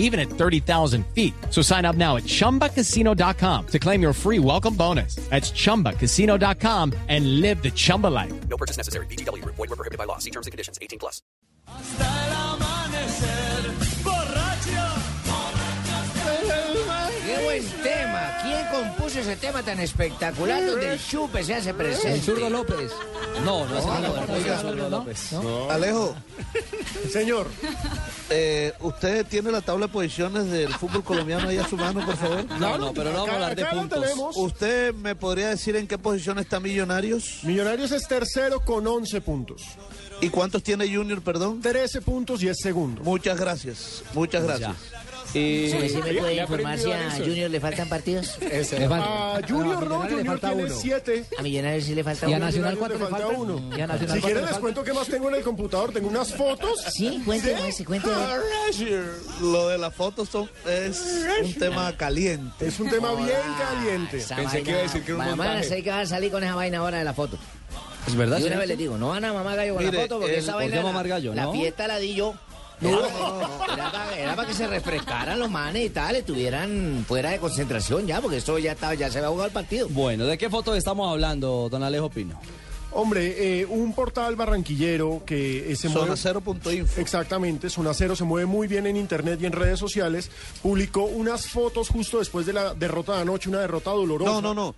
even at 30,000 feet. So sign up now at ChumbaCasino.com to claim your free welcome bonus. That's ChumbaCasino.com and live the Chumba life. No purchase necessary. BGW. Void were prohibited by law. See terms and conditions. 18 plus. Hasta el amanecer, borracho. ¡Qué buen tema! ¿Quién compuso ese tema tan espectacular donde el chupe se hace presente? El zurdo López. No, no es Alejo, Señor. eh, ¿usted tiene la tabla de posiciones del fútbol colombiano ahí a su mano, por favor? No, no, pero no vamos a hablar de Acá lo puntos. tenemos. ¿Usted me podría decir en qué posición está Millonarios? Millonarios es tercero con 11 puntos. ¿Y cuántos tiene Junior, perdón? 13 puntos y es segundo. Muchas gracias, muchas gracias. ¿Sí me puede le ha informar si aprendido a eso. Junior le faltan partidos? A Junior no, Junior tiene 7. A Millonarios sí le falta Y a uno. Nacional cuatro le falta uno. Si quieren les cuento qué más tengo en el computador. Tengo unas fotos. Sí, cuénteme, sí, cuénteme. Ah, Roger, Lo de las fotos son, es un tema caliente. Es un tema bien caliente. Pensé que iba a decir que era un Mamá, sé que van a salir con esa vaina ahora de la foto. Es verdad, Y señor? una vez les digo, no van a mamar gallo con Mire, la foto porque el- esa ¿por vaina... qué la- mamar gallo, La no? fiesta la di yo. Era, para, que se refrescaran los manes y tal, estuvieran fuera de concentración ya, porque esto ya estaba, ya se había jugado el partido. Bueno, ¿de qué foto estamos hablando, don Alejo Pino? Hombre, eh, un portal barranquillero que eh, se mueve... Zona cero punto info. Exactamente, Zona Cero se mueve muy bien en internet y en redes sociales. Publicó unas fotos justo después de la derrota de anoche, una derrota dolorosa. No, no, no.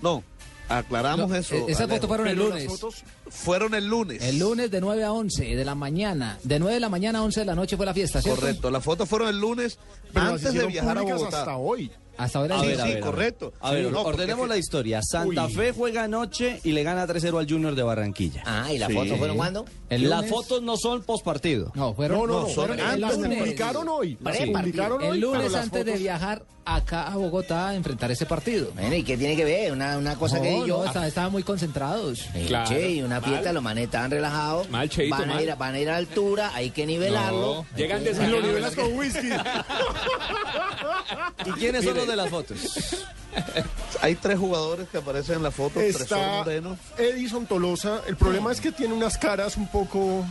No, aclaramos eso. e-, e- Esas Alejo. fotos fueron el Pero las lunes. fotos- Fueron el lunes. El lunes de 9 a 11 de la mañana. De 9 de la mañana a 11 de la noche fue la fiesta, ¿cierto? Correcto, las fotos fueron el lunes pero las antes de hicieron viajar a públicas Bogotá. hasta hoy. Hasta ahora A sí. ver, sí, correcto. A ver, Sí, no, porque es ordenemos que- la historia. Santa Uy. Fe juega anoche y le gana 3-0 al Junior de Barranquilla. Ah, ¿y las fotos fueron cuando? El Las lunes- fotos no son postpartido. No, fueron, No, no, no. no, fueron antes el las del lunes. publicaron hoy. Las Pre-partido. publicaron hoy, El pero lunes las antes de fotos- viajar acá a Bogotá a enfrentar ese partido. Bueno, ¿y qué tiene que ver? Una, una cosa No, que di no, yo. esta- estaban muy concentrados. Eh, Che, y una fiesta, los manes estaban relajados. Mal, Cheito, van, a mal. ir, a- van a ir a altura, hay que nivelarlo. Llegan Y lo desayunados. nivelas con whisky. ¿Y quiénes son los de las fotos? Hay tres jugadores que aparecen en la foto, tres son Está morenos. Edison Tolosa. El problema es que tiene unas caras un poco.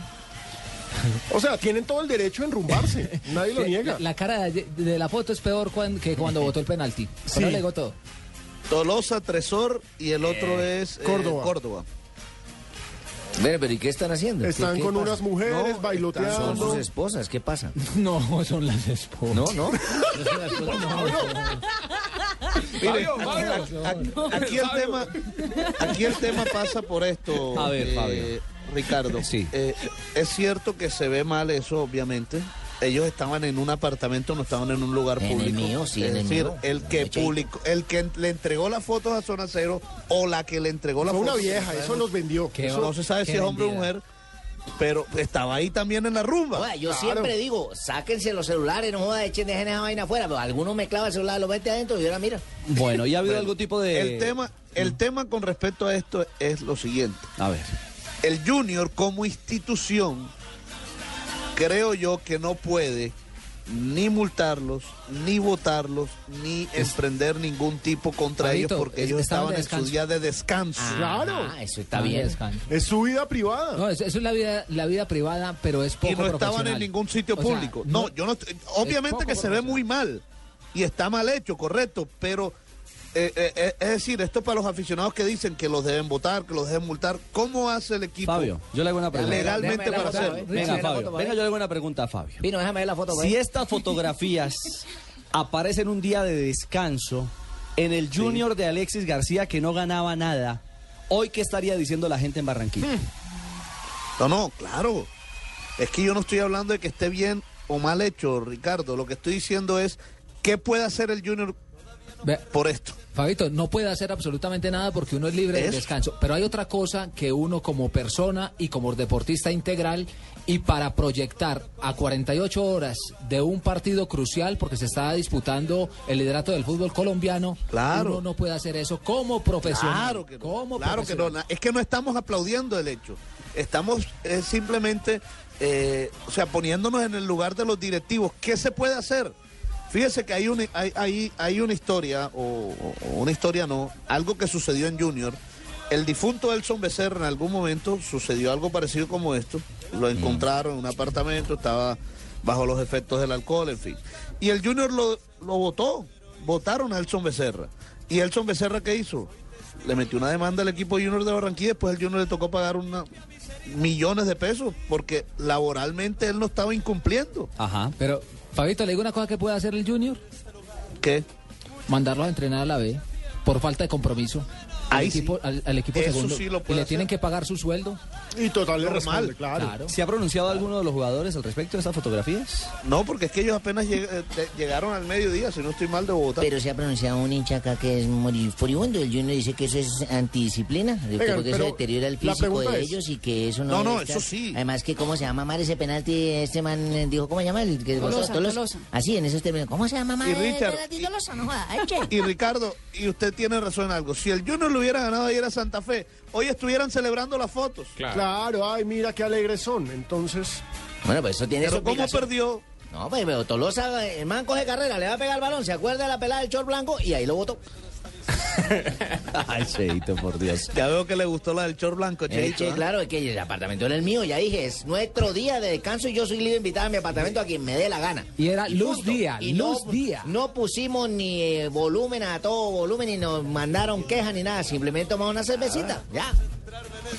O sea, tienen todo el derecho a enrumbarse. Nadie lo niega. La, la cara de, ayer- de la foto es peor cuan- que cuando votó el penalti. Sí. Ahora le digo todo. Tolosa, Tresor y el otro es eh, Córdoba. Bueno, pero ¿y qué están haciendo? ¿Qué- Están qué con pasa? unas mujeres No, Son sus bailoteando. esposas, ¿qué pasa? No, son las esposas. No, no. Mire, a- a- aquí, el tema, aquí el tema pasa por esto, A ver, eh, Fabio. Ricardo. Sí. Eh, es cierto que se ve mal eso, obviamente. Ellos estaban en un apartamento, no estaban en un lugar En el público. mío, sí, es en el decir, mío. el que No, Cheito. publicó, el que le entregó las fotos a Zona Cero o la que le entregó la Fue foto. una vieja, eso los vendió. Qué Eso no se sabe qué si es hombre o vendida. mujer, pero estaba ahí también en la rumba. Joda, yo Claro. siempre digo, sáquense los celulares, no joda, echen, dejen esa vaina afuera. Pero algunos me clavan el celular, lo mete adentro y yo la mira. Bueno, ¿y ha habido algún tipo de...? Eh, El tema, mm. el tema con respecto a esto es lo siguiente. A ver. El Junior como institución creo yo que no puede ni multarlos, ni votarlos, ni emprender ningún tipo contra Fabito, ellos porque es- ellos estaban estaban de en su descanso. día de descanso. Claro. Ah, eso está bien. Descanso. Es su vida privada. No, eso, eso es la vida, la vida privada, pero es poco y no estaban en profesional. ningún sitio O sea, público. no, yo no. estoy- Obviamente poco que se ve profesional. muy mal y está mal hecho, correcto, pero eh, eh, eh, es decir, esto es para los aficionados que dicen que los deben votar, que los deben multar. ¿Cómo hace el equipo? Fabio, yo le hago una pregunta. Legalmente Déjame para la foto, hacerlo. eh. Venga, Richie, la Fabio. Venga, foto, ¿vale? yo le hago una pregunta a Fabio. Pino, déjame ver la foto. Si ¿eh? güey. estas fotografías aparecen un día de descanso en el Junior de Alexis García que no ganaba nada, hoy qué estaría diciendo la gente en Barranquilla? Hmm. No, no, claro. Es que yo no estoy hablando de que esté bien o mal hecho, Ricardo. Lo que estoy diciendo es qué puede hacer el Junior Ve- por esto. Fabito, no puede hacer absolutamente nada porque uno es libre del Eso. descanso. Pero hay otra cosa que uno como persona y como deportista integral y para proyectar a 48 horas de un partido crucial porque se está disputando el liderato del fútbol colombiano, Claro. uno no puede hacer eso como profesional. Claro que no. Como Claro que no. profesional. na- Es que no estamos aplaudiendo el hecho. Estamos eh, simplemente, eh, o sea, poniéndonos en el lugar de los directivos. ¿Qué se puede hacer? Fíjese que hay una, hay, hay- hay una historia, o, o una historia no, algo que sucedió en Junior. El difunto Elson Becerra en algún momento sucedió algo parecido como esto. Lo encontraron en un apartamento, estaba bajo los efectos del alcohol, en fin. Y el Junior lo, lo votó, votaron a Elson Becerra. ¿Y Elson Becerra qué hizo? Le metió una demanda al equipo Junior de Barranquilla, después el Junior le tocó pagar una, millones de pesos, porque laboralmente él no estaba incumpliendo. Ajá. Ah, Pero, Fabito, le digo una cosa que puede hacer el Junior: ¿Qué? mandarlo a entrenar a la B por falta de compromiso. Al Ahí sí. equipo, al, al equipo Eso segundo. sí lo y puede le hacer. tienen que pagar su sueldo. Y total, le Normal, responde, claro. Claro. ¿Se ha pronunciado alguno de los jugadores al respecto de estas fotografías? No, porque es que ellos apenas lleg- eh, te- llegaron al mediodía, si no estoy mal de Bogotá. Pero se ha pronunciado un hincha acá que es muy furibundo. El Junior dice que eso es antidisciplina, Venga, porque eso pero deteriora el la físico pregunta de es- ellos y que eso no. No, no, debe estar. eso sí. Además, que cómo se llama mamar ese penalti, este man eh, dijo, ¿cómo se llama? El, que Tolosa, Tolosa. Así, en esos términos. ¿Cómo se llama mamar Y el Richard, penalti y- Tolosa? No joda, ay, che. Y Ricardo, y usted tiene razón en algo. Si el Junior lo hubiera ganado ayer a Santa Fe, hoy estuvieran celebrando las fotos. Claro, ay, mira qué alegres son. Entonces, Bueno, pues eso tiene Pero su ¿cómo explicación. perdió? No, pues pero Tolosa, eh, el man coge carrera, le va a pegar el balón, se acuerda de la pelada del short blanco y ahí lo votó. Ay, Cheito, por Dios. Ya veo que le gustó la del chor blanco, Eh, Cheito, che, ¿eh? claro, es que el apartamento era el mío, ya dije, es nuestro día de descanso y yo soy libre invitada a mi apartamento a quien me dé la gana. Y era luz Punto. día, Y luz no, día. No pusimos ni eh, volumen a todo volumen y nos mandaron quejas ni nada, simplemente tomamos una cervecita, Ah. ya.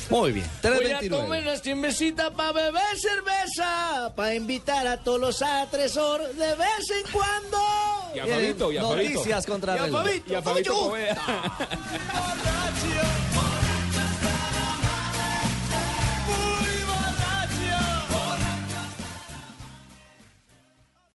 Muy bien. 329. las timbecita para beber cerveza, para invitar a todos los atresor de vez en cuando. Eh, Noticias contra reloj. Fabito, Fabito Poveda. borracho